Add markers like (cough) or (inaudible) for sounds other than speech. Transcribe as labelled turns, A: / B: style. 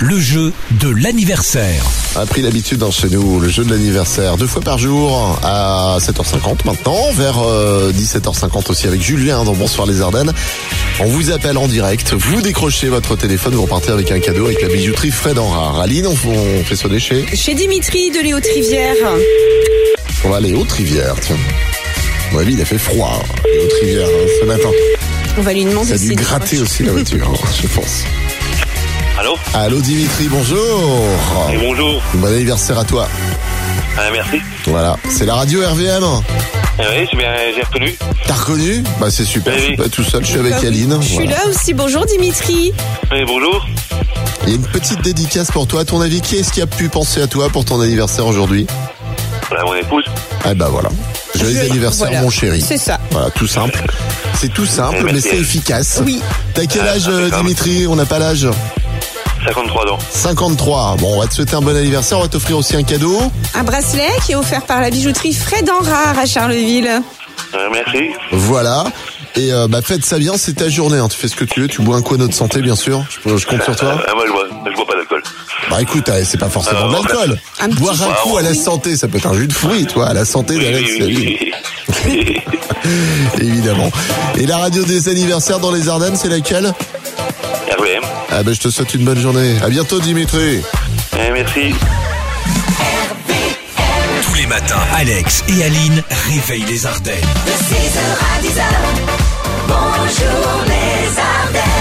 A: le jeu de l'anniversaire.
B: a pris l'habitude hein, chez nous, le jeu de l'anniversaire, deux fois par jour à 7h50 maintenant, vers euh, 17h50 aussi avec Julien dans Bonsoir les Ardennes. On vous appelle en direct, vous décrochez votre téléphone, vous repartez avec un cadeau avec la bijouterie Fred en rare. Aline, on, on fait sonner chez...
C: Chez Dimitri de Léo Trivière.
B: On va aller aux rivières, tiens. À mon avis, il a fait froid, hein, les hautes rivières, hein, ce matin.
C: On va lui demander
B: Ça a
C: si
B: dû
C: il
B: gratter
C: décroche.
B: aussi la voiture, hein, je pense.
D: Allô
B: Allô Dimitri, bonjour
D: Et bonjour.
B: Bon anniversaire à toi.
D: Ah, merci.
B: Voilà, c'est la radio RVM.
D: Eh oui, c'est bien, j'ai reconnu.
B: T'as reconnu Bah c'est super,
D: Oui,
B: je suis
D: oui.
B: pas tout seul, je suis avec Aline. hein,
C: Je suis
B: Voilà.
C: là aussi. Bonjour Dimitri.
D: Eh, bonjour.
B: Il y a une petite dédicace pour toi. À ton avis, qui est-ce qui a pu penser à toi pour ton anniversaire aujourd'hui
D: Voilà, mon épouse.
B: Eh ben voilà. Joyeux
C: Je-
B: anniversaire
C: voilà.
B: mon chéri.
C: C'est ça.
B: Voilà, tout simple. C'est tout simple, mais
D: Merci.
B: c'est efficace.
C: Oui.
B: T'as quel
D: Ah,
B: âge,
D: ah,
B: euh,
D: d'accord.
B: Dimitri On n'a pas l'âge.
D: 53 ans.
B: 53. Bon, on va te souhaiter un bon anniversaire. On va t'offrir aussi un cadeau.
C: Un bracelet qui est offert par la bijouterie Fred en rare à Charleville.
D: Euh, merci.
B: Voilà. Et euh, bah faites ça bien, c'est ta journée. hein. Tu fais ce que tu veux. Tu bois un quinoa de santé, bien sûr. Je, je compte sur toi.
D: Ah, moi, je bois, je bois pas d'alcool.
B: Bah écoute, euh, c'est pas forcément de
D: Alors,
B: l'alcool.
C: Un petit
B: Boire un
D: jus.
B: coup à la
C: Oui.
B: santé, ça peut être un jus de fruits, toi, à la santé
D: Oui,
B: d'Alex,
D: oui, oui, oui.
B: (laughs)
D: (laughs)
B: évidemment. Et la radio des anniversaires dans les Ardennes, c'est laquelle
D: RVM.
B: Ah ben je te souhaite une bonne journée. À bientôt Dimitri.
D: Eh, merci.
A: Tous les matins, Alex et Aline réveillent les Ardennes.
E: De 6h à 10h, bonjour les Ardennes.